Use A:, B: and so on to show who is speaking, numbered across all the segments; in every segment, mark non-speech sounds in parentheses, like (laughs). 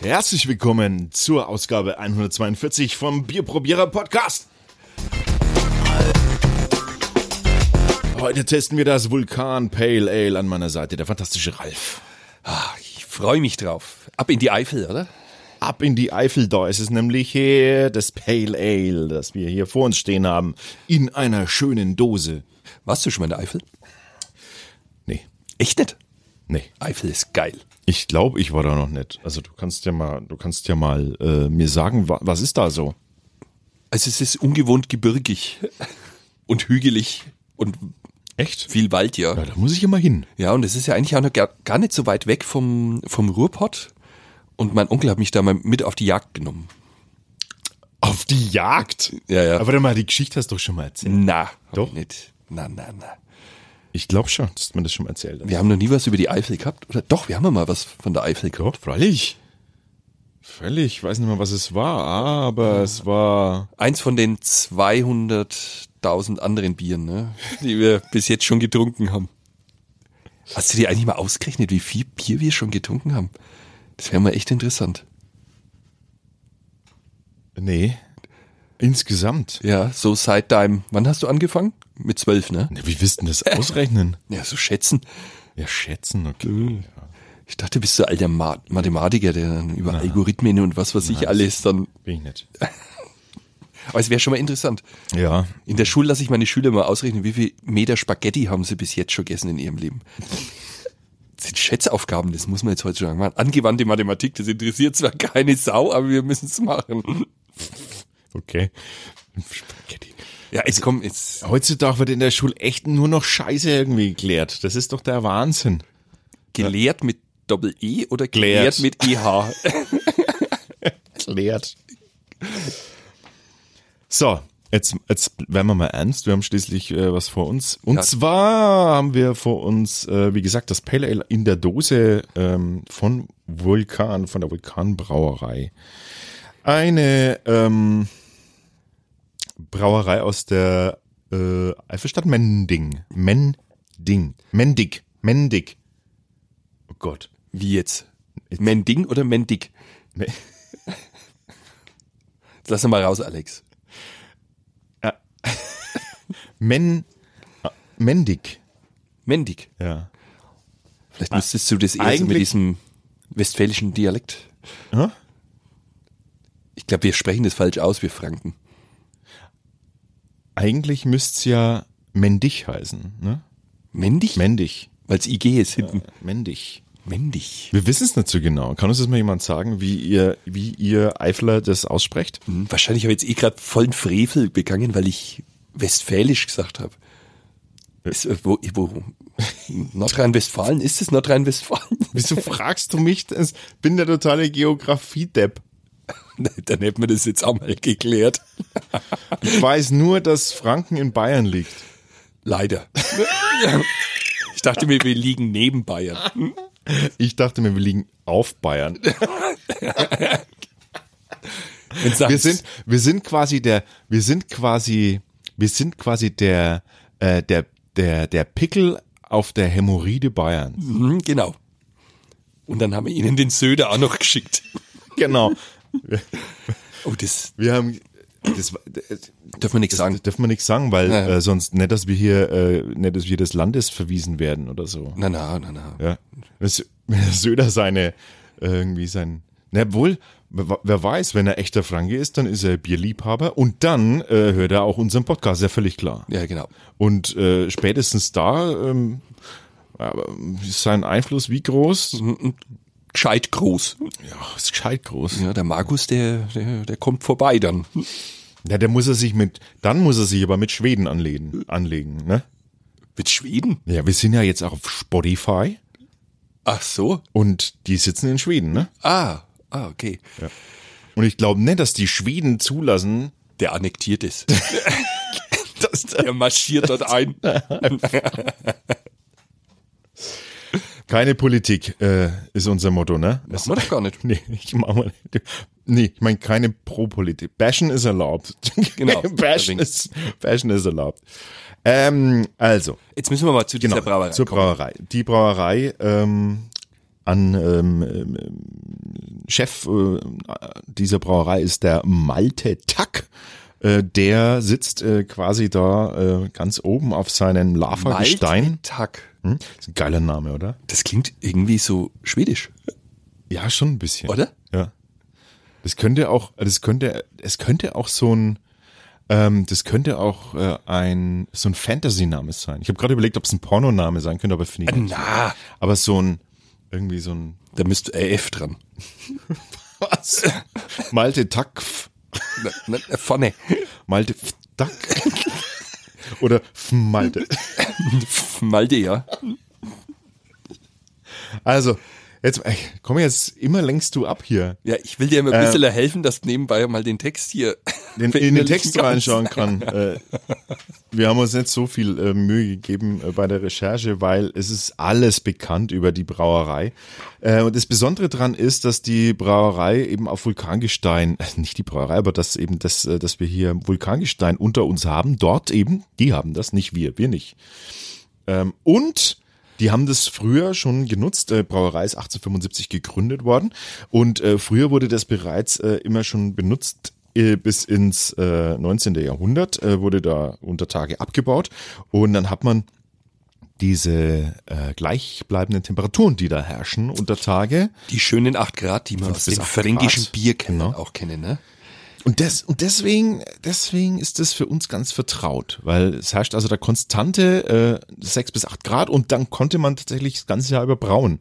A: Herzlich willkommen zur Ausgabe 142 vom Bierprobierer Podcast. Heute testen wir das Vulkan Pale Ale an meiner Seite, der fantastische Ralf.
B: Ah, Ich freue mich drauf. Ab in die Eifel, oder?
A: Ab in die Eifel, da ist es nämlich hier das Pale Ale, das wir hier vor uns stehen haben, in einer schönen Dose.
B: Warst du schon mal in der Eifel?
A: Nee,
B: Echt nicht?
A: nee.
B: Eifel ist geil.
A: Ich glaube, ich war da noch nicht. Also du kannst ja mal, du kannst ja mal äh, mir sagen, wa was ist da so?
B: Also es ist ungewohnt gebirgig (laughs) und hügelig und
A: Echt?
B: viel Wald, ja.
A: Ja, da muss ich ja mal hin.
B: Ja, und es ist ja eigentlich auch noch gar, gar nicht so weit weg vom, vom Ruhrpott. Und mein Onkel hat mich da mal mit auf die Jagd genommen.
A: Auf die Jagd?
B: Ja, ja.
A: Aber warte mal, die Geschichte hast du doch schon mal erzählt.
B: Na, hab
A: Doch.
B: ich nicht. Na, na, na.
A: Ich glaube schon, dass man das schon mal erzählt hat.
B: Wir haben noch nie was über die Eifel gehabt. Oder doch, wir haben ja mal was von der Eifel gehabt.
A: Doch, freilich. Völlig, ich weiß nicht mehr, was es war, aber es war.
B: Eins von den 200.000 anderen Bieren, ne? die wir (laughs) bis jetzt schon getrunken haben. Hast du dir eigentlich mal ausgerechnet, wie viel Bier wir schon getrunken haben? Das wäre mal echt interessant.
A: Nee. Insgesamt.
B: Ja, so seit deinem, wann hast du angefangen? Mit zwölf, ne?
A: Na, wie willst du denn (laughs) das ausrechnen?
B: Ja, so schätzen.
A: Ja, schätzen, okay.
B: Ich dachte, bist du alter Ma Mathematiker, der dann über Algorithmen und was weiß ich alles dann.
A: Bin ich nicht.
B: Aber es wäre schon mal interessant.
A: Ja.
B: In der Schule lasse ich meine Schüler mal ausrechnen, wie viel Meter Spaghetti haben sie bis jetzt schon gegessen in ihrem Leben. Das sind Schätzaufgaben, das muss man jetzt heutzutage machen. Angewandte Mathematik, das interessiert zwar keine Sau, aber wir müssen es machen.
A: Okay. Spaghetti.
B: Ja, jetzt komm, jetzt.
A: Heutzutage wird in der Schule echt nur noch Scheiße irgendwie geklärt. Das ist doch der Wahnsinn.
B: Gelehrt mit Doppel-E oder
A: Gelehrt.
B: gelehrt mit EH?
A: Klärt. So, jetzt, jetzt werden wir mal ernst. Wir haben schließlich äh, was vor uns. Und
B: Ja.
A: zwar haben wir vor uns, äh, wie gesagt, das Pale Ale in der Dose ähm, von Vulkan, von der Vulkanbrauerei. Eine ähm, Brauerei aus der äh, Eifelstadt Mending. Mending. Mendig. Mendig. Oh Gott.
B: Wie jetzt? Mending oder Mendig?
A: Me-
B: Jetzt Lass ihn mal raus, Alex.
A: Men, äh, Mendig.
B: Mendig.
A: Ja.
B: Vielleicht müsstest du das eher so
A: eigentlich-
B: mit diesem westfälischen Dialekt.
A: Hä?
B: Ich glaube, wir sprechen das falsch aus, wir Franken.
A: Eigentlich müsste es ja Mendig heißen, ne?
B: Mendig?
A: Mendig.
B: Weil's IG ist hinten.
A: Mendig.
B: Mendig.
A: Wir wissen es nicht so genau. Kann uns das mal jemand sagen, wie ihr, wie ihr Eifler das aussprecht?
B: Hm, Wahrscheinlich habe ich jetzt eh gerade vollen Frevel begangen, weil ich westfälisch gesagt habe. Ist, äh, wo, wo, Nordrhein-Westfalen? Ist es Nordrhein-Westfalen? (laughs)
A: Wieso fragst du mich das? Bin der totale Geografie-Depp.
B: Dann hätten wir das jetzt auch mal geklärt.
A: Ich weiß nur, dass Franken in Bayern liegt. (laughs)
B: Leider. Ich dachte mir, wir liegen neben Bayern.
A: Ich dachte mir, wir liegen auf Bayern.
B: Wenn's sagt-
A: Wir sind, wir sind quasi der, wir sind quasi, wir sind quasi der, äh, der, der, der Pickel auf der Hämorrhoide Bayern.
B: Mhm, genau. Und dann haben wir ihnen den Söder auch noch geschickt.
A: Genau.
B: Oh, das
A: Wir haben, das, war-
B: dürfen wir nichts sagen.
A: Das dürfen wir nichts sagen, weil
B: Ja, ja.
A: äh, sonst nicht, dass wir hier, äh, nicht, dass wir des Landes verwiesen werden oder so.
B: Na, na, na, na.
A: Ja. Dass, wenn der Söder seine, äh, irgendwie sein, na wohl, wer wer weiß, wenn er echter Franke ist, dann ist er Bierliebhaber und dann äh, hört er auch unseren Podcast, ja völlig klar.
B: Ja, genau.
A: Und äh, spätestens da ähm, aber ist sein Einfluss wie groß?
B: Mhm. Gescheit groß.
A: Ja, ist gescheit groß.
B: Ja, der Markus, der, der, der kommt vorbei dann.
A: Ja, der muss er sich mit, dann muss er sich aber mit Schweden anlegen, anlegen, ne?
B: Mit Schweden?
A: Ja, wir sind ja jetzt auch auf Spotify.
B: Ach so.
A: Und die sitzen in Schweden, ne?
B: Ah, ah, okay.
A: Und ich glaube nicht, dass die Schweden zulassen,
B: Der annektiert (laughs) es.
A: dass da
B: Der marschiert dort ein.
A: keine Politik äh, ist unser Motto, ne? (laughs) Das,
B: Machen wir doch gar nicht.
A: nee, ich mach mal, nee, ich meine keine Pro-Politik. Bashen ist (laughs) erlaubt.
B: Genau.
A: Bashen, ist, Bashen ist erlaubt. Ähm, also,
B: Jetzt müssen wir mal zu dieser
A: genau,
B: Brauerei
A: zur
B: kommen.
A: Brauerei. Die Brauerei ähm, an ähm, ähm, Chef äh, dieser Brauerei ist der Malte Tack. Äh, Der sitzt äh, quasi da äh, ganz oben auf seinem Lavagestein.
B: Maltag.
A: Hm? Ist ein geiler Name, oder?
B: Das klingt irgendwie so schwedisch,
A: Ja, schon ein bisschen.
B: oder?
A: Ja. Das könnte auch, das könnte, es könnte auch so ein, ähm, das könnte auch äh, ein so ein Fantasy-Name sein. Ich habe gerade überlegt, ob es ein Pornoname sein könnte, aber finde ich nicht.
B: Na,
A: Aber so ein irgendwie so ein
B: da müsst RF dran.
A: Was? (laughs) Malte Takf.
B: Na, na, na, vorne.
A: Malte F- Tack. (laughs) Oder F Malte.
B: Malte, ja.
A: Also, jetzt ey, komm jetzt immer längst du ab hier.
B: Ja, ich will dir immer ein bisschen helfen, dass du nebenbei mal den Text
A: Äh,
B: hier
A: (laughs) Den, in den
B: verinnerlichen
A: Text
B: kannst.
A: reinschauen kann. Äh, wir haben uns nicht so viel äh, Mühe gegeben äh, bei der Recherche, weil es ist alles bekannt über die Brauerei. Äh, und das Besondere daran ist, dass die Brauerei eben auf Vulkangestein, (laughs) nicht die Brauerei, aber dass eben das, äh, dass wir hier Vulkangestein unter uns haben, dort eben, die haben das, nicht wir, wir nicht. Ähm, und die haben das früher schon genutzt. Äh, Brauerei ist 1875 gegründet worden. Und äh, früher wurde das bereits äh, immer schon benutzt. äh, Bis ins äh, 19. Jahrhundert äh, wurde da unter Tage abgebaut und dann hat man diese äh, gleichbleibenden Temperaturen, die da herrschen unter Tage.
B: Die schönen 8 Grad, die man
A: Fünf
B: aus
A: bis
B: dem
A: acht
B: fränkischen
A: Grad.
B: Bier kennen,
A: Genau.
B: auch kennen, ne?
A: Und, des, und deswegen, deswegen ist das für uns ganz vertraut, weil es herrscht also da konstante äh, 6 bis 8 Grad und dann konnte man tatsächlich das ganze Jahr über brauen.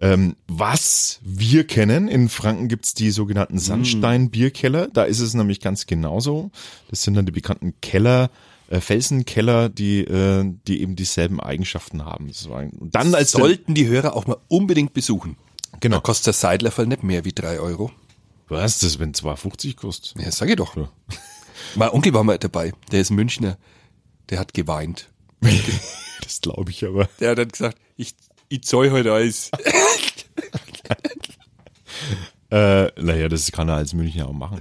A: Ähm, was wir kennen, in Franken gibt's die sogenannten Sandstein-Bierkeller, da ist es nämlich ganz genauso. Das sind dann die bekannten Keller, äh, Felsenkeller, die, äh, die eben dieselben Eigenschaften haben. Das war, und dann als der-
B: Sollten die Hörer auch mal unbedingt besuchen.
A: Genau.
B: Da kostet der Seidlerfall nicht mehr wie 3 Euro.
A: Was das, wenn 2,50 kostet? (laughs)
B: Ja, sag ich doch. (laughs) Mein Onkel war mal dabei, der ist Münchner, der hat geweint.
A: Das glaube ich aber.
B: Der hat dann gesagt, ich, ich halt zeug heute Eis.
A: Äh, naja, das kann er als Münchner auch machen.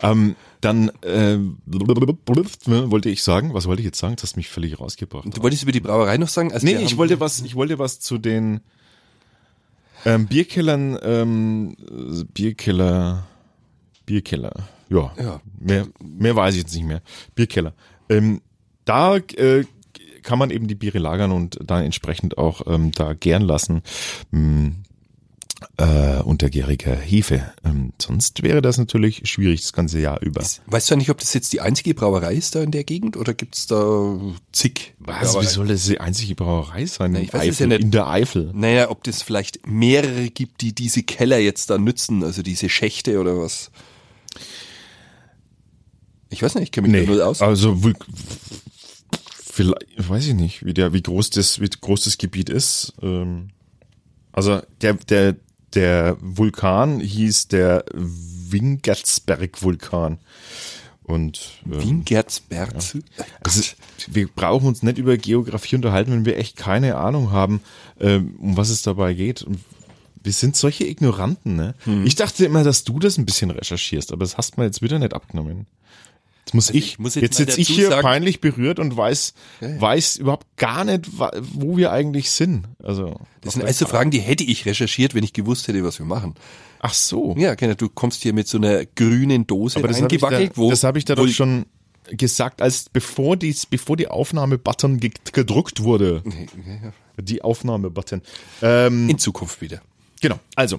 A: Ähm, dann äh, wollte ich sagen, was wollte ich jetzt sagen? Das hast mich völlig rausgebracht.
B: (laughs) Du wolltest über die Brauerei noch sagen? Also
A: Nee,
B: wir
A: ich
B: haben-
A: wollte was, ich wollte was zu den ähm, Bierkillern, ähm, Bierkiller, Bierkiller. Ja,
B: Ja.
A: Mehr, mehr weiß ich jetzt nicht mehr. Bierkeller. Ähm, da äh, kann man eben die Biere lagern und dann entsprechend auch ähm, da gären lassen. Hm, äh, unter gäriger Hefe. Ähm, sonst wäre das natürlich schwierig das ganze Jahr über.
B: Weißt du nicht, ob das jetzt die einzige Brauerei ist da in der Gegend oder gibt's da zig? Brauereien?
A: das die einzige Brauerei sein?
B: Nee, ich weiß es ja nicht.
A: In der Eifel.
B: Naja, ob das vielleicht mehrere gibt, die diese Keller jetzt da nützen, also diese Schächte oder was. Ich weiß nicht, ich kenne mich
A: Nee,
B: da null aus.
A: also wohl- vielleicht, weiß ich nicht, wie der, wie groß das, wie groß das Gebiet ist. Ähm, also der, der, der Vulkan hieß der Wingertsberg-Vulkan. Und ähm,
B: Wingertsberg.
A: es ist, wir brauchen uns nicht über Geografie unterhalten, wenn wir echt keine Ahnung haben, ähm, um was es dabei geht. Und Wir sind solche Ignoranten, ne?
B: Mhm.
A: Ich dachte immer, dass du das ein bisschen recherchierst, aber das hast du mir jetzt wieder nicht abgenommen. Jetzt muss ich,
B: Also muss jetzt
A: jetzt, jetzt
B: mal
A: sitze ich
B: dazu
A: hier
B: sagen-
A: peinlich berührt und weiß,
B: ja.
A: weiß überhaupt gar nicht, wa- wo wir eigentlich sind. Also,
B: Das sind alles so Fragen, die hätte ich recherchiert, wenn ich gewusst hätte, was wir machen.
A: ach so.
B: Ja, genau, du kommst hier mit so einer grünen Dose
A: Aber das habe ich da,
B: reingewackelt, wo...
A: das hab ich da
B: wo-
A: doch schon gesagt, als bevor, dies, bevor die Aufnahme-Button ge- gedrückt
B: (laughs)
A: wurde.
B: Nee, ja, ja.
A: Die Aufnahme-Button. Ähm,
B: In Zukunft wieder.
A: Genau, also.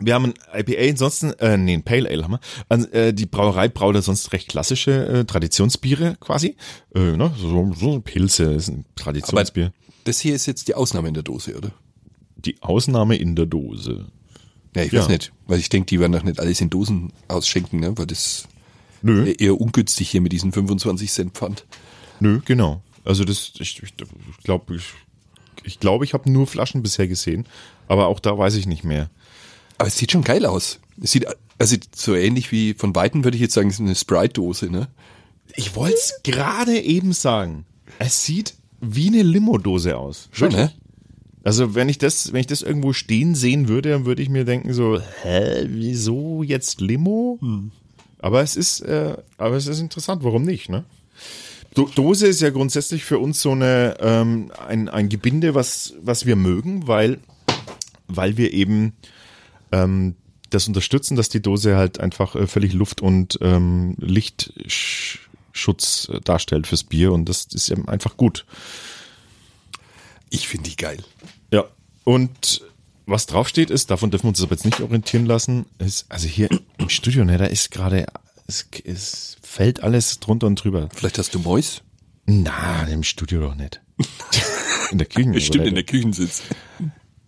A: Wir haben ein IPA, ansonsten, äh, nee, ein Pale Ale haben wir. An, äh, die Brauerei braut ja sonst recht klassische äh, Traditionsbiere quasi. Äh, ne? so, so Pilze ist ein
B: Aber
A: Traditionsbier.
B: das hier ist jetzt die Ausnahme in der Dose, oder?
A: die Ausnahme in der Dose.
B: Ja, ich weiß
A: Ja.
B: nicht, weil ich denke, die werden doch nicht alles in Dosen ausschenken, ne? weil das
A: Nö,
B: wär eher ungünstig hier mit diesen 25 Cent Pfand.
A: nö, genau. Also das, ich glaube, ich, glaub, ich, ich, glaub, ich habe nur Flaschen bisher gesehen, aber auch da weiß ich nicht mehr.
B: Aber es sieht schon geil aus. Es sieht also so ähnlich wie von Weitem würde ich jetzt sagen, es ist eine Sprite-Dose, ne?
A: Ich wollte es gerade eben sagen. Es sieht wie eine Limo-Dose aus.
B: Schon, ne?
A: Also wenn ich das, wenn ich das irgendwo stehen sehen würde, dann würde ich mir denken so, hä, wieso jetzt Limo? Aber es ist, äh, aber es ist interessant, warum nicht, ne? Do Dose ist ja grundsätzlich für uns so eine ähm, ein, ein Gebinde, was was wir mögen, weil weil wir eben ähm, das unterstützen, dass die Dose halt einfach äh, völlig Luft- und ähm, Lichtschutz äh, darstellt fürs Bier und das ist eben einfach gut.
B: Ich finde die geil.
A: Ja. Und was draufsteht ist, davon dürfen wir uns aber jetzt nicht orientieren lassen, ist, also hier im Studio, ne, da ist gerade, es, es fällt alles drunter und drüber.
B: Vielleicht hast du Mois?
A: Na, im Studio doch
B: (laughs)
A: nicht. In der Küche.
B: Bestimmt
A: aber
B: in
A: leider.
B: der Küchensitz.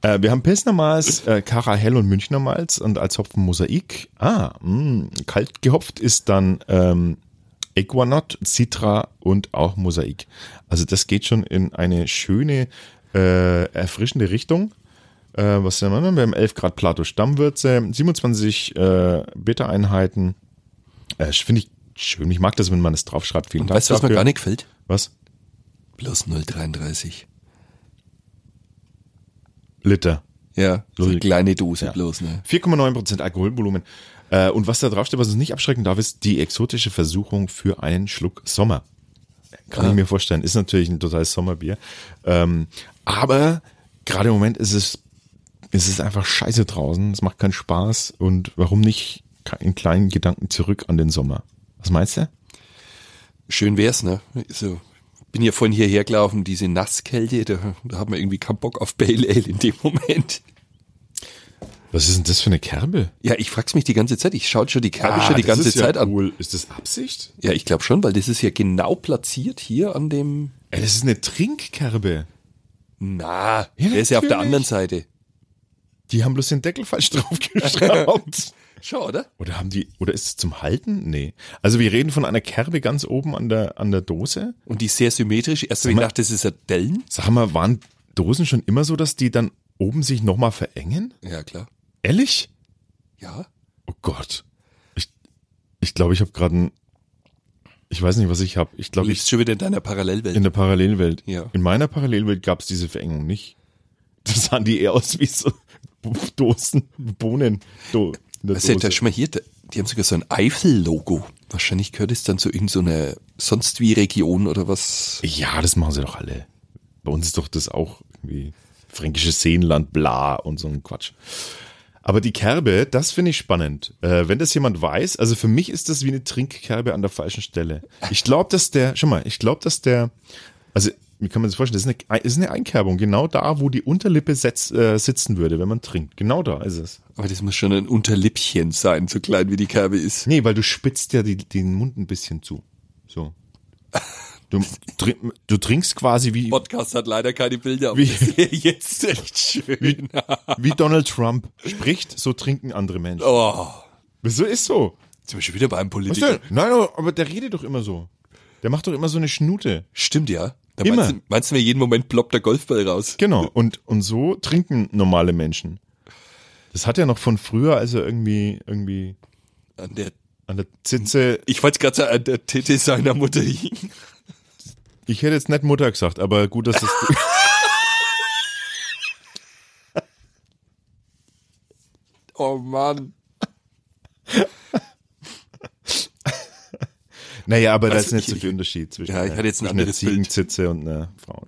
A: Äh, wir haben Pilsner Malz, äh, Cara Hell und Münchner Malz und als Hopfen Mosaik. Ah, mh, kalt gehopft ist dann ähm, Equanot, Citra und auch Mosaik. Also das geht schon in eine schöne, äh, erfrischende Richtung. Äh, was haben wir noch? Wir haben 11 Grad Plato Stammwürze, 27 äh, Bittereinheiten. Äh, Finde ich schön. Ich mag das, wenn man das draufschreibt. Vielen Dank
B: Weißt du, was mir
A: dafür.
B: gar nicht gefällt?
A: Was?
B: Plus 0,33.
A: Liter.
B: Ja, so eine
A: Logik.
B: kleine Dose
A: Ja.
B: bloß, ne?
A: 4,9% Alkoholvolumen. Äh, und was da draufsteht, was uns nicht abschrecken darf, ist die exotische Versuchung für einen Schluck Sommer. Kann ich mir vorstellen. Ist natürlich ein totales Sommerbier. Ähm, aber gerade im Moment ist es, ist es einfach scheiße draußen. Es macht keinen Spaß. Und warum nicht in kleinen Gedanken zurück an den Sommer? Was meinst du?
B: Schön wär's, ne? So. Bin ja vorhin hierher gelaufen, diese Nasskälte, da, da hat man irgendwie keinen Bock auf Pale Ale in dem Moment.
A: Was ist denn das für eine Kerbe?
B: Ja, ich frag's mich die ganze Zeit. Ich schaue schon die Kerbe schon die ganze Zeit an.
A: cool. Ah, Ist das Absicht?
B: Ja, ich glaube schon, weil das ist ja genau platziert hier an dem.
A: Ey, das ist eine Trinkkerbe.
B: Na,
A: Ja,
B: der ist ja auf der
A: natürlich.
B: anderen Seite.
A: Die haben bloß den Deckel falsch (laughs) draufgeschraubt.
B: Schau, oder?
A: Oder haben die, oder ist es zum Halten? Nee. Also wir reden von einer Kerbe ganz oben an der, an der Dose.
B: Und die ist sehr symmetrisch. Erst habe ich
A: mal-
B: gedacht, das ist ein Dellen.
A: Sag mal, waren Dosen schon immer so, dass die dann oben sich nochmal verengen?
B: Ja, klar.
A: Ehrlich?
B: Ja.
A: Oh Gott. Ich ich, glaube, ich habe gerade ein, ich weiß nicht, was ich habe. Ich
B: Du
A: glaube, ich
B: lebst schon wieder in deiner Parallelwelt.
A: in der Parallelwelt.
B: Ja.
A: In meiner Parallelwelt gab es diese Verengung nicht. Das sahen die eher aus wie so Dosen, Bohnen. Do, in der
B: Weißt Also, du,
A: Dose.
B: da schon mal hier, da- die haben sogar so ein Eifel-Logo. Wahrscheinlich gehört es dann zu irgendeiner sonst wie Region oder was.
A: Ja, das machen sie doch alle. Bei uns ist doch das auch irgendwie fränkisches Seenland, bla und so ein Quatsch. Aber die Kerbe, das finde ich spannend. Äh, wenn das jemand weiß, also für mich ist das wie eine Trinkkerbe an der falschen Stelle. Ich glaube, dass der, schau mal, ich glaube, dass der, also wie kann man das vorstellen, das ist eine, das ist eine Einkerbung, genau da, wo die Unterlippe setz, äh, sitzen würde, wenn man trinkt. Genau da ist es.
B: Aber das muss schon ein Unterlippchen sein, so klein wie die Kerbe ist.
A: Nee, weil du spitzt ja die, den Mund ein bisschen zu. So. Du, trink- du trinkst quasi wie,
B: Podcast hat leider keine Bilder, aber
A: Wie-
B: das wäre jetzt echt schön.
A: Wie Donald Trump spricht, so trinken andere Menschen.
B: Oh,
A: Wieso ist so?
B: zum Beispiel wieder bei einem
A: Was
B: Politiker.
A: denn? Nein, oh, aber der redet doch immer so. Der macht doch immer so eine Schnute.
B: Stimmt ja. Da
A: Immer.
B: Meinst, du, meinst du mir, jeden Moment ploppt der Golfball raus?
A: Genau. Und, und so trinken normale Menschen. Das hat er noch von früher, als er irgendwie, irgendwie
B: An der,
A: an der Zitze.
B: ich wollte gerade sagen, an der Titte seiner Mutter hing.
A: Ich hätte jetzt nicht Mutter gesagt, aber gut, dass
B: (laughs)
A: das.
B: Oh Mann.
A: naja, aber da
B: Also
A: ist nicht
B: ich-
A: so viel Unterschied zwischen,
B: Ja, ich hatte jetzt ein
A: zwischen einer
B: anderes Bild.
A: Ziegenzitze und einer Frau.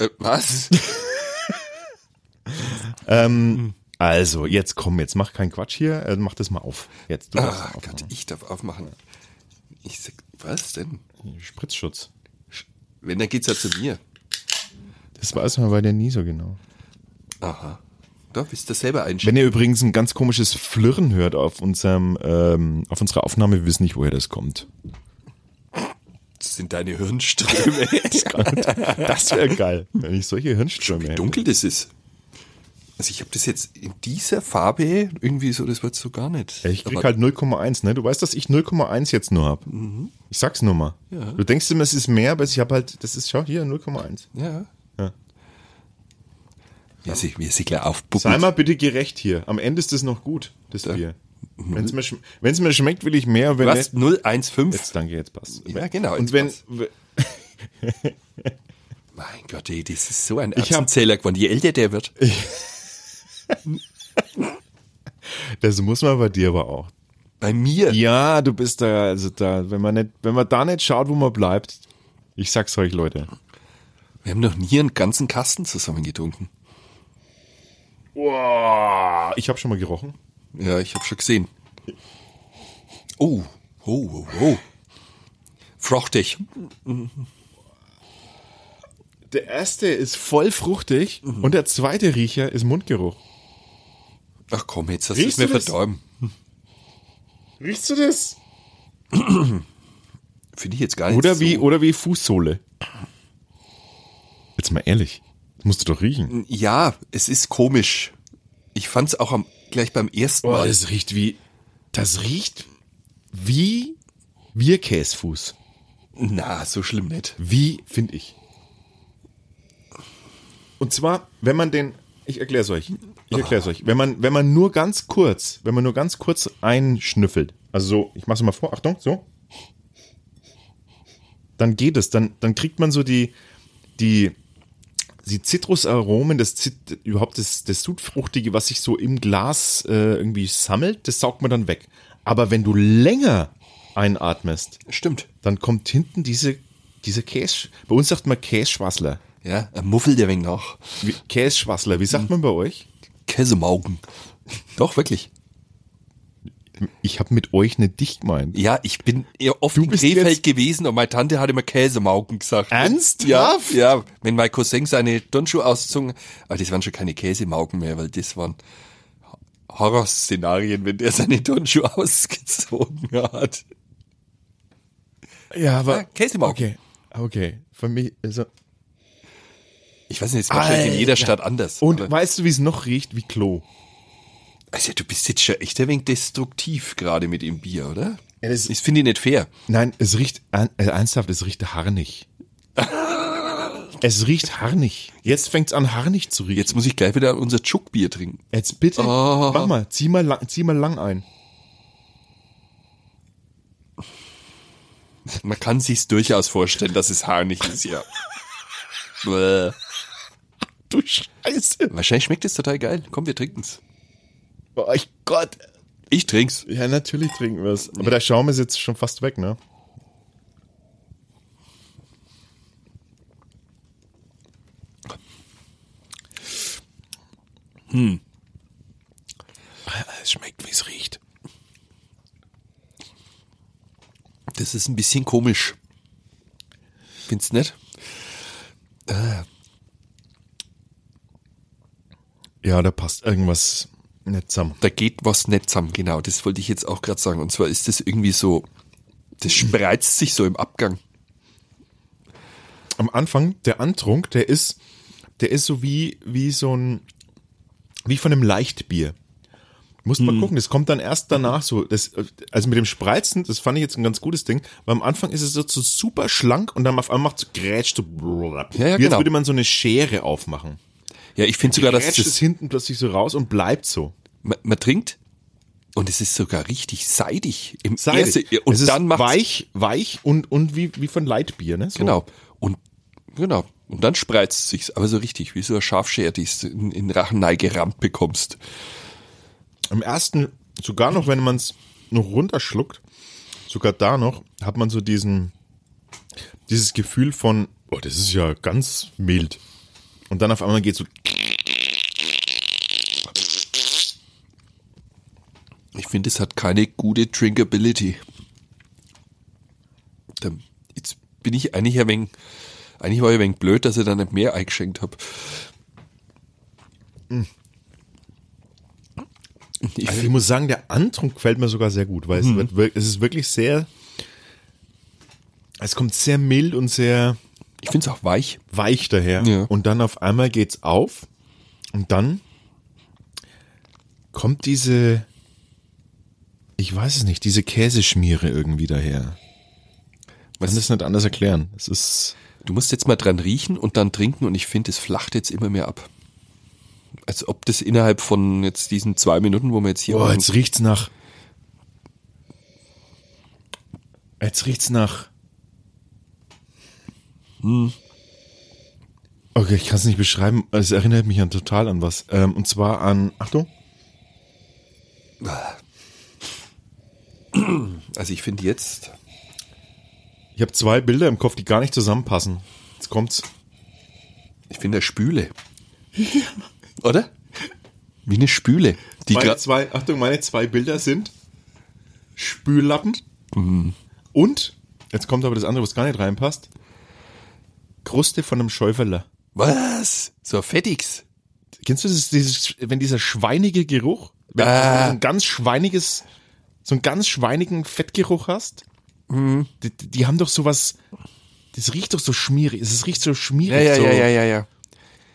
B: Äh,
A: (laughs)
B: was? Hm.
A: Also, jetzt komm, jetzt mach keinen Quatsch hier, äh, mach das mal auf. Jetzt, du darfst
B: Ach
A: aufmachen.
B: Gott, ich darf aufmachen. Ich sag, was denn?
A: Spritzschutz.
B: Wenn, dann geht's ja zu mir.
A: Das weiß man bei dir nie so genau.
B: Aha. Da bist du selber einschätzen.
A: Wenn ihr übrigens ein ganz komisches Flirren hört auf unserem, ähm, auf unserer Aufnahme, wir wissen nicht, woher das kommt.
B: Das sind deine Hirnströme.
A: (laughs) Das wäre geil,
B: (laughs)
A: wenn ich solche Hirnströme
B: Wie
A: hätte.
B: dunkel das ist. Also ich habe das jetzt in dieser Farbe irgendwie so, das wird so gar nicht.
A: Ich krieg
B: Aber-
A: halt 0,1, ne? Du weißt, dass ich 0,1 jetzt nur hab.
B: Mhm.
A: Ich sag's nur mal. Du denkst immer, es ist mehr, aber ich hab halt, das ist, schau hier, 0,1.
B: Ja.
A: Ja.
B: Wie sie, wie sie gleich aufbucken.
A: Sei mal bitte gerecht hier. Am Ende ist das noch gut, das Bier. Wenn's mir, schm wenn's mir schmeckt, will ich mehr. Wenn
B: Mhm. Was?
A: nicht-
B: 015?
A: Jetzt, danke, jetzt passt.
B: Ja, genau,
A: Und
B: jetzt
A: wenn,
B: passt. Mein Gott, ey, das ist so ein
A: Ich hab-
B: Erbsenzähler geworden. Je älter der wird.
A: das muss man bei dir aber auch.
B: Bei mir.
A: Ja, du bist da, also da, wenn man nicht, wenn man da nicht schaut, wo man bleibt. Ich sag's euch, Leute.
B: Wir haben noch nie einen ganzen Kasten zusammengetrunken.
A: Wow. Ich habe schon mal gerochen.
B: Ja, ich habe schon gesehen. Oh, oh, oh, oh. Fruchtig.
A: Der erste ist voll fruchtig und der zweite Riecher ist Mundgeruch.
B: Ach komm, jetzt hast du es
A: Riechst
B: mir
A: du das?
B: verdorben.
A: Riechst du das?
B: Finde ich jetzt gar nicht
A: Oder
B: so.
A: wie, oder wie Fußsohle. Jetzt mal ehrlich. Das musst du doch riechen.
B: Ja, es ist komisch. Ich fand es auch am, gleich beim ersten Mal.
A: das riecht wie. Das riecht wie Wirkäsfuß.
B: Na, so schlimm nicht.
A: Wie, finde ich. Und zwar, wenn man den. Ich erkläre es euch. Ich erkläre es euch. Wenn man, wenn man nur ganz kurz, wenn man nur ganz kurz einschnüffelt, also so, ich mach's mal vor, Achtung, so. Dann geht es. Dann, dann kriegt man so die, die, die Zitrusaromen, das Zit überhaupt das, das Sudfruchtige, was sich so im Glas äh, irgendwie sammelt, das saugt man dann weg. Aber wenn du länger einatmest,
B: Stimmt.
A: dann kommt hinten diese, diese Käse. Bei uns sagt man Kässchwassler.
B: Ja, ein Muffel der wenig nach.
A: Wie- Kässchwassler, wie sagt man bei euch?
B: Käsemaugen. Doch, wirklich.
A: Ich habe mit euch nicht dich gemeint.
B: Ja, ich bin eher oft in
A: bist
B: Krefeld
A: jetzt-
B: gewesen und meine Tante hat immer Käsemaugen gesagt. Ja,
A: Ernsthaft?
B: ja, wenn mein Cousin seine Turnschuhe auszogen, aber das waren schon keine Käsemaugen mehr, weil das waren Horrorszenarien, wenn der seine Turnschuhe (laughs) ausgezogen hat.
A: Ja,
B: Ah, Käsemaugen.
A: Okay, okay. Für mich also.
B: Ich weiß nicht, es wahrscheinlich in jeder
A: Alter.
B: Stadt anders.
A: Und
B: aber-
A: weißt du, wie es noch riecht? Wie Klo.
B: also du bist jetzt schon echt ein wenig destruktiv gerade mit dem Bier, oder?
A: Ja,
B: das
A: das-
B: finde ich nicht fair.
A: Nein, es riecht an- äh, ernsthaft, es riecht harnig. (laughs) es riecht harnig. Jetzt fängt's an, harnig zu riechen.
B: Jetzt muss ich gleich wieder unser Chuckbier trinken.
A: Jetzt bitte,
B: Oh.
A: mach mal, zieh mal, lang, zieh mal lang ein.
B: Man kann sich's durchaus vorstellen, dass es harnig
A: (laughs)
B: ist, ja. Bäh.
A: Du Scheiße.
B: Wahrscheinlich schmeckt es total geil. Komm, wir trinken's.
A: Oh Gott.
B: Ich trink's.
A: Ja, natürlich trinken wir es. Aber der Schaum ist jetzt schon fast weg, ne? Hm. Es schmeckt, wie es riecht.
B: Das ist ein bisschen komisch. Findest nett?
A: Ja, da passt irgendwas nicht zusammen.
B: Da geht was nicht zusammen, genau. Das wollte ich jetzt auch gerade sagen. Und zwar ist das irgendwie so, das spreizt sich so im Abgang.
A: Am Anfang, der Antrunk, der ist, der ist so wie, wie so ein, wie von einem Leichtbier. Muss
B: Hm.
A: mal gucken, das kommt dann erst danach so. Das, also mit dem Spreizen, das fand ich jetzt ein ganz gutes Ding, weil am Anfang ist es so, so super schlank und dann auf einmal macht es grätscht so.
B: Ja, ja,
A: Wie
B: genau.
A: Jetzt würde man so eine Schere aufmachen.
B: Ja, ich finde sogar, dass
A: grätscht es
B: das,
A: hinten plötzlich so raus und bleibt so.
B: man, man trinkt und es ist sogar richtig seidig. Im
A: Seidig.
B: ersten- und
A: es ist
B: dann macht's,
A: weich, weich und, und wie, wie von Leitbier, ne? So.
B: Genau. Und genau. Und dann spreizt sich's, aber so richtig, wie so eine Schafscher, die du in, in den Rachen neu gerammt bekommst.
A: Im ersten, sogar noch, wenn man es noch runterschluckt, sogar da noch, hat man so diesen, dieses Gefühl von, oh, das ist ja ganz mild. Und dann auf einmal geht so,
B: Ich finde, es hat keine gute Drinkability. Da, jetzt bin ich eigentlich ein wenig, eigentlich war ich ein wenig blöd, dass ich da nicht mehr eingeschenkt habe. Ich,
A: also ich muss sagen, der Antrunk gefällt mir sogar sehr gut, weil es, wird, wir- es ist wirklich sehr, es kommt sehr mild und sehr
B: ich finde es auch weich.
A: weich daher.
B: Ja.
A: Und dann auf einmal geht's auf und dann kommt diese, ich weiß es nicht, diese Käseschmiere irgendwie daher.
B: Was-
A: kann das nicht anders erklären. Es ist.
B: Du musst jetzt mal dran riechen und dann trinken und ich finde, es flacht jetzt immer mehr ab. Als ob das innerhalb von jetzt diesen zwei Minuten, wo wir jetzt hier
A: Boah,
B: waren,
A: jetzt riecht's nach. Jetzt riecht's nach.
B: Hm.
A: Okay, ich kann es nicht beschreiben. Es erinnert mich an total an was. Ähm, und zwar an. Achtung.
B: also ich finde jetzt,
A: Ich habe zwei Bilder im Kopf, die gar nicht zusammenpassen. Jetzt kommt's.
B: ich finde der Spüle. Oder? Wie eine Spüle. Die
A: meine
B: gra-
A: zwei, Achtung, meine zwei Bilder sind Spüllappen und, jetzt kommt aber das andere, was gar nicht reinpasst, Kruste von einem Schäuferler.
B: Was? So Fettix.
A: Kennst du das, dieses, wenn dieser schweinige Geruch, wenn du
B: Ah.
A: so ein ganz schweiniges, so einen ganz schweinigen Fettgeruch hast?
B: Mhm.
A: Die, die die haben doch sowas, das riecht doch so schmierig, es riecht so schmierig.
B: Ja, ja,
A: so.
B: ja, ja, ja, ja.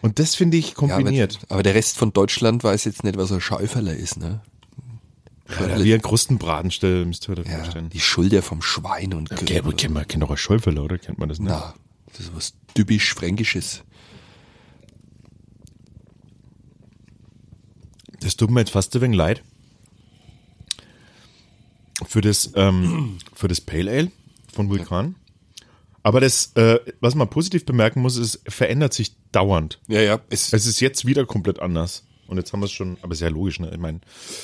A: Und das finde ich
B: Ja, aber,
A: kombiniert.
B: aber der Rest von Deutschland weiß jetzt nicht, was ein Schäuferler ist, ne?
A: Oder wie ein Krustenbraten, stell- müsst ihr euch
B: Ja,
A: vorstellen.
B: die Schulter vom Schwein und ne?
A: Okay, aber kennt man kennt doch ein Schäuferler, oder? Kennt man das nicht?
B: Na, das ist was typisch Fränkisches.
A: Das tut mir jetzt fast ein wenig leid. Für das, ähm, (clears throat) für das Pale Ale von Vulkan. Aber das, äh, was man positiv bemerken muss, ist, verändert sich dauernd.
B: Ja, ja. Es,
A: Es ist jetzt wieder komplett anders. Und jetzt haben wir es schon, aber sehr logisch, ne? Ich meine,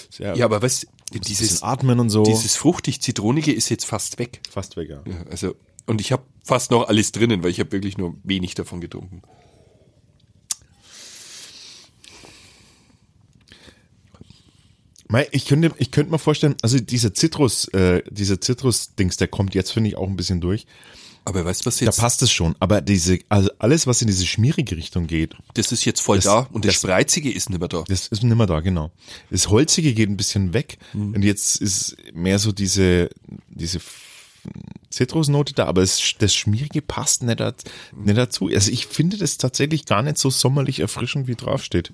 A: sehr
B: ja, aber was,
A: dieses
B: dieses,
A: Atmen und so.
B: dieses fruchtig-zitronige ist jetzt fast weg.
A: fast weg, ja.
B: Ja, also, und ich habe fast noch alles drinnen, weil ich habe wirklich nur wenig davon getrunken.
A: Mei, Ich könnte, ich könnte mir vorstellen, also dieser Zitrus, äh, dieser Zitrus-Dings, der kommt jetzt, finde ich, auch ein bisschen durch.
B: Aber weißt du, was
A: Da
B: jetzt?
A: passt es schon. Aber diese, also alles, was in diese schmierige Richtung geht,
B: das ist jetzt voll da und das, Spreizige ist nicht mehr da.
A: Das ist nimmer da, genau. Das Holzige geht ein bisschen weg und jetzt ist mehr so diese, diese F- Zitrusnote da, aber es, das Schmierige passt nicht, dat, nicht dazu. Also ich finde das tatsächlich gar nicht so sommerlich erfrischend, wie draufsteht.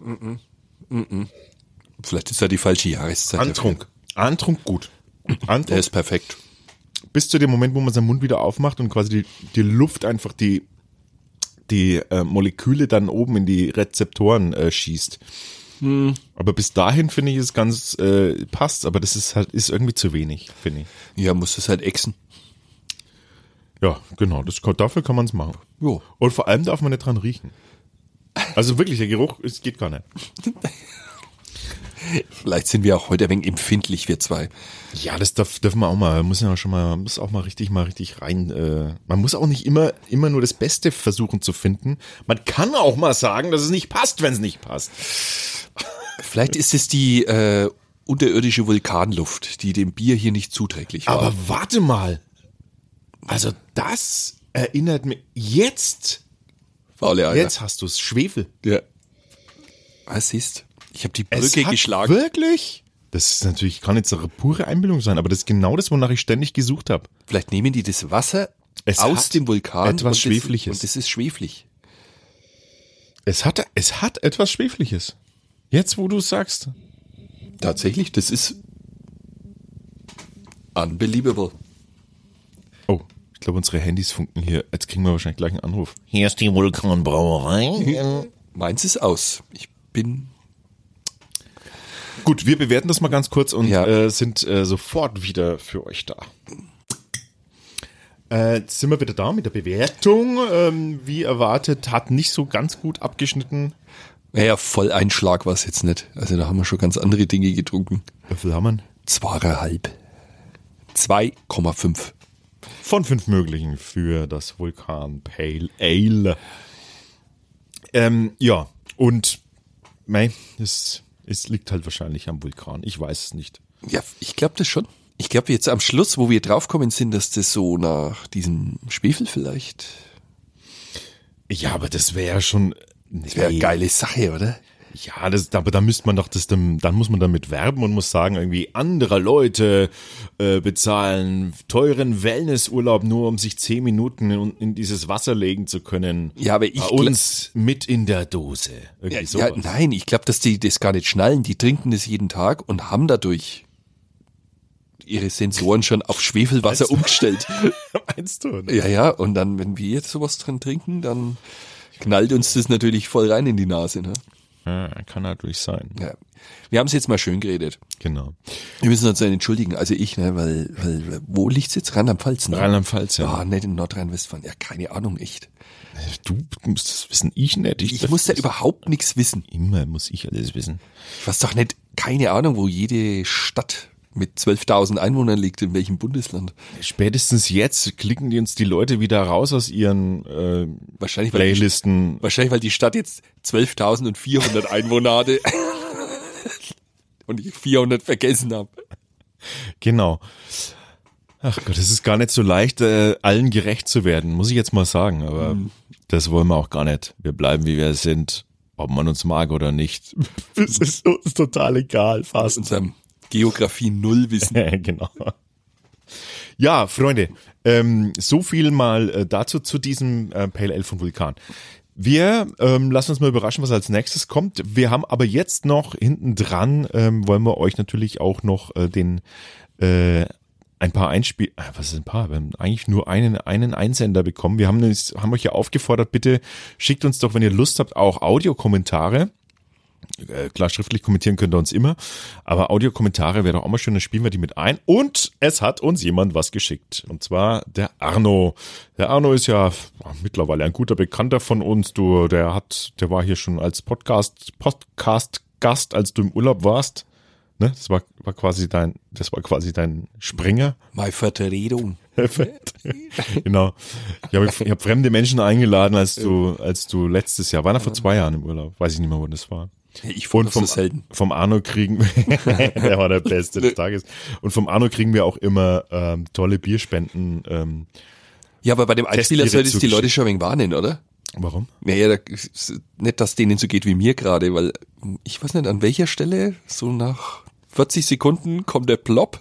B: Vielleicht ist da die falsche Jahreszeit.
A: Antrunk. Antrunk gut.
B: Der
A: Antrunk
B: ist perfekt.
A: bis zu dem Moment, wo man seinen Mund wieder aufmacht und quasi die, die Luft einfach die, die äh, Moleküle dann oben in die Rezeptoren äh, schießt. Aber bis dahin finde ich es ganz äh, passt, aber das ist halt ist irgendwie zu wenig, finde ich.
B: Ja, muss das halt exen.
A: Ja, genau. Das, kann- dafür kann man es machen.
B: Jo.
A: Und vor allem darf man nicht dran riechen. Also wirklich, der Geruch, es geht gar nicht.
B: Vielleicht sind wir auch heute ein wenig empfindlich, wir zwei.
A: Ja, das darf, dürfen wir auch mal. Muss ja schon mal, man muss auch mal richtig, mal richtig rein. Äh, man muss auch nicht immer, immer nur das Beste versuchen zu finden. Man kann auch mal sagen, dass es nicht passt, wenn es nicht passt.
B: Vielleicht ist es die äh, unterirdische Vulkanluft, die dem Bier hier nicht zuträglich war.
A: Aber warte mal. Also das erinnert mich. Jetzt,
B: Faule Eier.
A: jetzt hast du es. Schwefel.
B: Ja. Was ist? Ich habe die
A: Es
B: Brücke
A: hat
B: geschlagen.
A: Wirklich? Das ist natürlich, kann jetzt eine pure Einbildung sein, aber das ist genau das, wonach ich ständig gesucht habe.
B: Vielleicht nehmen die das Wasser
A: Es
B: aus
A: hat
B: dem Vulkan.
A: etwas
B: und das-
A: Schwefliges.
B: Und das ist schweflig.
A: Es hat, es hat etwas Schwefliches. Jetzt, wo du es sagst.
B: Tatsächlich, das ist unbelievable.
A: Oh, ich glaube, unsere Handys funken hier. Jetzt kriegen wir wahrscheinlich gleich einen Anruf.
C: Hier ist die Vulkanbrauerei. Ähm,
B: Meins ist aus. Ich bin
A: (laughs) Gut, wir bewerten das mal ganz kurz und
B: Ja.
A: äh, sind äh, sofort wieder für euch da. Äh, jetzt sind wir wieder da mit der Bewertung. Ähm, wie erwartet, hat nicht so ganz gut abgeschnitten.
B: naja, voll Einschlag war es jetzt nicht. Also da haben wir schon ganz andere Dinge getrunken.
A: Löffel haben
B: Zweieinhalb. 2,5.
A: Von fünf möglichen für das Vulkan Pale Ale. Ähm, ja, und mei, es, es liegt halt wahrscheinlich am Vulkan. Ich weiß es nicht.
B: Ja, ich glaube das schon. Ich glaube jetzt am Schluss, wo wir draufkommen sind, dass das so nach diesem Schwefel vielleicht.
A: Ja, aber das wäre schon.
B: Das wäre eine geile Sache, oder?
A: Ja, das, aber da müsste man doch das dann, dann muss man damit werben und muss sagen, irgendwie andere Leute äh, bezahlen teuren Wellnessurlaub nur, um sich zehn Minuten in, in dieses Wasser legen zu können.
B: Ja, aber ich
A: Bei
B: gl-
A: uns mit in der Dose. Irgendwie
B: Ja,
A: sowas.
B: ja, nein, ich glaube, dass die das gar nicht schnallen. Die trinken das jeden Tag und haben dadurch ihre Sensoren schon auf
A: (laughs)
B: Schwefelwasser umgestellt.
A: (laughs) Meinst du? Ne?
B: Ja, ja, und dann, wenn wir jetzt sowas drin trinken, dann knallt uns das natürlich voll rein in die Nase. Ne?
A: Ja, Ah, kann natürlich sein.
B: Ja. Wir haben es jetzt mal schön geredet.
A: Genau.
B: Wir müssen uns dann entschuldigen, also ich, ne, weil, weil wo liegt's jetzt? Rheinland-Pfalz, ne?
A: Rheinland-Pfalz, ja.
B: Ah, nicht in Nordrhein-Westfalen. Ja, keine Ahnung, echt.
A: Du musst das wissen, ich nicht.
B: Ich muss da überhaupt nichts wissen.
A: Immer muss ich alles wissen.
B: Ich weiß doch nicht, keine Ahnung, wo jede Stadt mit 12.000 Einwohnern liegt, in welchem Bundesland.
A: Spätestens jetzt klicken die uns die Leute wieder raus aus ihren äh,
B: Wahrscheinlich, weil,
A: Playlisten.
B: wahrscheinlich, weil die Stadt jetzt 12.400 Einwohner hatte. und ich 400 vergessen habe.
A: Genau. Ach Gott, es ist gar nicht so leicht, äh, allen gerecht zu werden, muss ich jetzt mal sagen. Aber das wollen wir auch gar nicht. Wir bleiben, wie wir sind, ob man uns mag oder nicht. (laughs) Es ist uns total egal, fast.
B: Unserem Geografie Null Wissen.
A: (laughs) genau. Ja, Freunde, ähm, so viel mal äh, dazu zu diesem äh, Pale Ale von Vulkan. Wir ähm, lassen uns mal überraschen, was als nächstes kommt. Wir haben aber jetzt noch hinten dran, ähm, wollen wir euch natürlich auch noch äh, den äh, ein paar Einspiel, ah, was ist ein paar? Wir haben eigentlich nur einen einen Einsender bekommen. Wir haben, es- haben euch ja aufgefordert, bitte schickt uns doch, wenn ihr Lust habt, auch Audiokommentare. Äh, klar, schriftlich kommentieren könnt ihr uns immer, aber Audiokommentare wäre doch auch mal schön, dann spielen wir die mit ein. Und es hat uns jemand was geschickt. Und zwar der Arno. Der Arno ist ja mittlerweile ein guter Bekannter von uns. Du, der hat, der war hier schon als Podcast, Podcast-Gast, als du im Urlaub warst. Ne? Das war, war quasi dein, das war quasi dein Springer. (laughs)
B: Meine Vertretung.
A: genau. Ich habe ich hab fremde Menschen eingeladen, als du, als du letztes Jahr, war noch vor zwei Jahren im Urlaub, weiß ich nicht mehr, wann das war.
B: Ich
A: Und
B: wohne
A: vom,
B: so selten.
A: vom Arno kriegen (laughs) der war der Beste des Tages. Und vom Arno kriegen wir auch immer ähm, tolle Bierspenden. Ähm,
B: Ja, aber bei dem Einspieler
A: Testtiere
B: solltest du die
A: zugeschickt.
B: Leute schon ein wenig warnen, oder?
A: warum?
B: Naja, da, ist- nicht, dass denen so geht wie mir gerade, weil ich weiß nicht, an welcher Stelle, so nach 40 Sekunden kommt der Plop.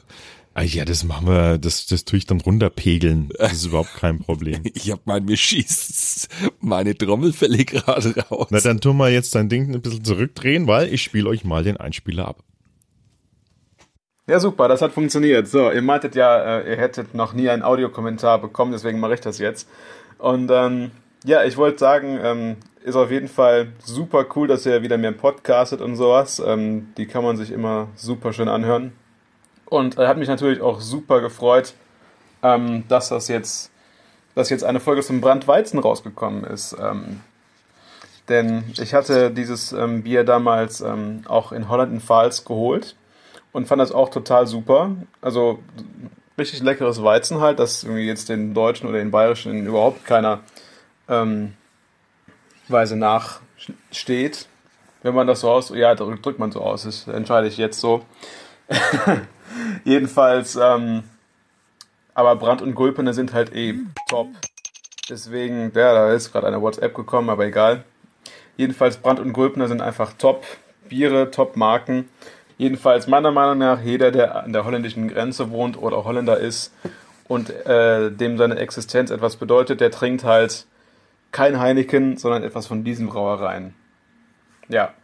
A: Ah, ja, das machen wir, das, das tue ich dann runterpegeln. Das ist überhaupt kein Problem.
B: Ich hab mein, mir schießt meine Trommelfälle gerade raus.
A: Na, dann tun wir jetzt dein Ding ein bisschen zurückdrehen, weil ich spiele euch mal den Einspieler ab.
D: Ja, super, das hat funktioniert. So, ihr meintet ja, äh, ihr hättet noch nie einen Audiokommentar bekommen, deswegen mache ich das jetzt. Und ähm, ja, ich wollte sagen, ähm, ist auf jeden Fall super cool, dass ihr wieder mehr podcastet und sowas. Ähm, die kann man sich immer super schön anhören. Und äh, hat mich natürlich auch super gefreut, ähm, dass das jetzt, dass jetzt eine Folge zum Brandweizen rausgekommen ist. Ähm, denn ich hatte dieses ähm, Bier damals ähm, auch in Holland in Pfalz geholt und fand das auch total super. Also richtig leckeres Weizen halt, das irgendwie jetzt den Deutschen oder den Bayerischen überhaupt keiner ähm, Weise nachsteht. Wenn man das so aus, ja, drückt, drückt man so aus, das entscheide ich jetzt so. (laughs) Jedenfalls, ähm, aber Brand und Gulpene sind halt eh top. Deswegen, ja, da ist gerade eine WhatsApp gekommen, aber egal. Jedenfalls Brand und Gulpner sind einfach top Biere, top Marken. Jedenfalls meiner Meinung nach jeder, der an der holländischen Grenze wohnt oder Holländer ist und äh, dem seine Existenz etwas bedeutet, der trinkt halt kein Heineken, sondern etwas von diesen Brauereien. Ja.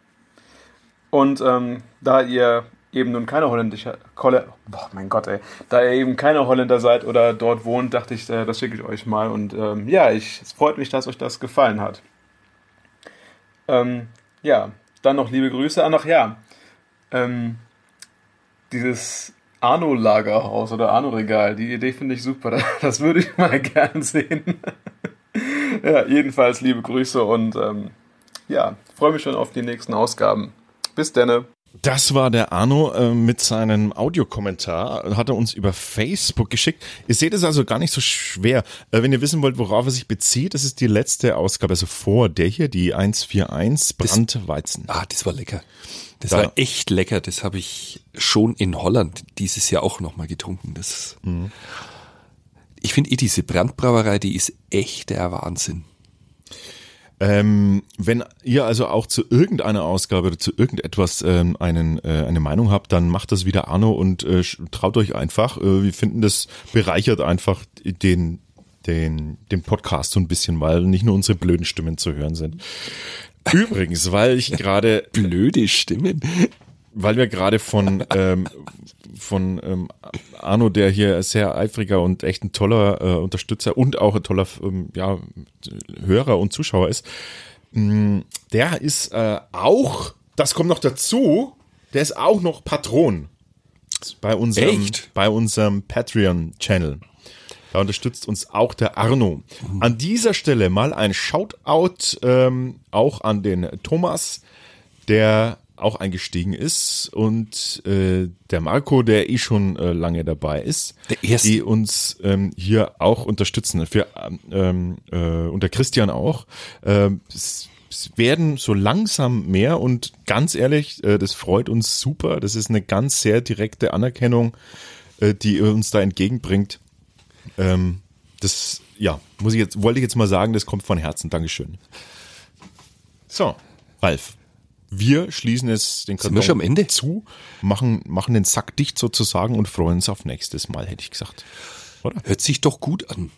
D: Und ähm, da ihr eben nun keine holländische Kolle, boah, mein Gott, ey, da ihr eben keine Holländer seid oder dort wohnt, dachte ich, äh, das schicke ich euch mal. Und ähm, ja, ich, es freut mich, dass euch das gefallen hat. Ähm, ja, dann noch liebe Grüße an, ach ja, ähm, dieses Arno-Lagerhaus oder Arno-Regal, die Idee finde ich super, (laughs) das würde ich mal gern sehen. (laughs) ja, jedenfalls liebe Grüße und ähm, ja, freue mich schon auf die nächsten Ausgaben. Bis denne.
A: Das war der Arno äh, mit seinem Audiokommentar, hat er uns über Facebook geschickt. Ihr seht es also gar nicht so schwer. Äh, wenn ihr wissen wollt, worauf er sich bezieht, das ist die letzte Ausgabe, also vor der hier, die 141 Brandweizen.
B: Ah, das war lecker. Das
A: Da-
B: war echt lecker. Das habe ich schon in Holland dieses Jahr auch nochmal getrunken. Das,
A: Mhm.
B: Ich finde eh diese Brandbrauerei, die ist echt der Wahnsinn.
A: Ähm, wenn ihr also auch zu irgendeiner Ausgabe oder zu irgendetwas ähm, einen, äh, eine Meinung habt, dann macht das wieder Arno und äh, sch- traut euch einfach. Äh, wir finden, das bereichert einfach den, den, den Podcast so ein bisschen, weil nicht nur unsere blöden Stimmen zu hören sind. Übrigens, weil ich gerade
B: Blöde Stimmen.
A: weil wir gerade von, ähm, von ähm, Arno, der hier sehr eifriger und echt ein toller äh, Unterstützer und auch ein toller ähm, ja, Hörer und Zuschauer ist, mh, der ist äh, auch, das kommt noch dazu, der ist auch noch Patron bei unserem,
B: Echt?
A: bei unserem Patreon-Channel. Da unterstützt uns auch der Arno. An dieser Stelle mal ein Shoutout ähm, auch an den Thomas, der auch eingestiegen ist und äh, der Marco, der eh schon äh, lange dabei ist,
B: Der Erste.
A: die uns ähm, hier auch unterstützen. Für, ähm, ähm, äh, und der Christian auch. Ähm, s- es werden so langsam mehr und ganz ehrlich, äh, das freut uns super. Das ist eine ganz sehr direkte Anerkennung, äh, die uns da entgegenbringt. Ähm, das, ja, muss ich jetzt, wollte ich jetzt mal sagen, das kommt von Herzen. Dankeschön. So, Ralf. Wir schließen jetzt den
B: wir schon am Ende?
A: zu, machen, machen den Sack dicht sozusagen und freuen uns auf nächstes Mal, hätte ich gesagt.
B: Hört sich doch gut an.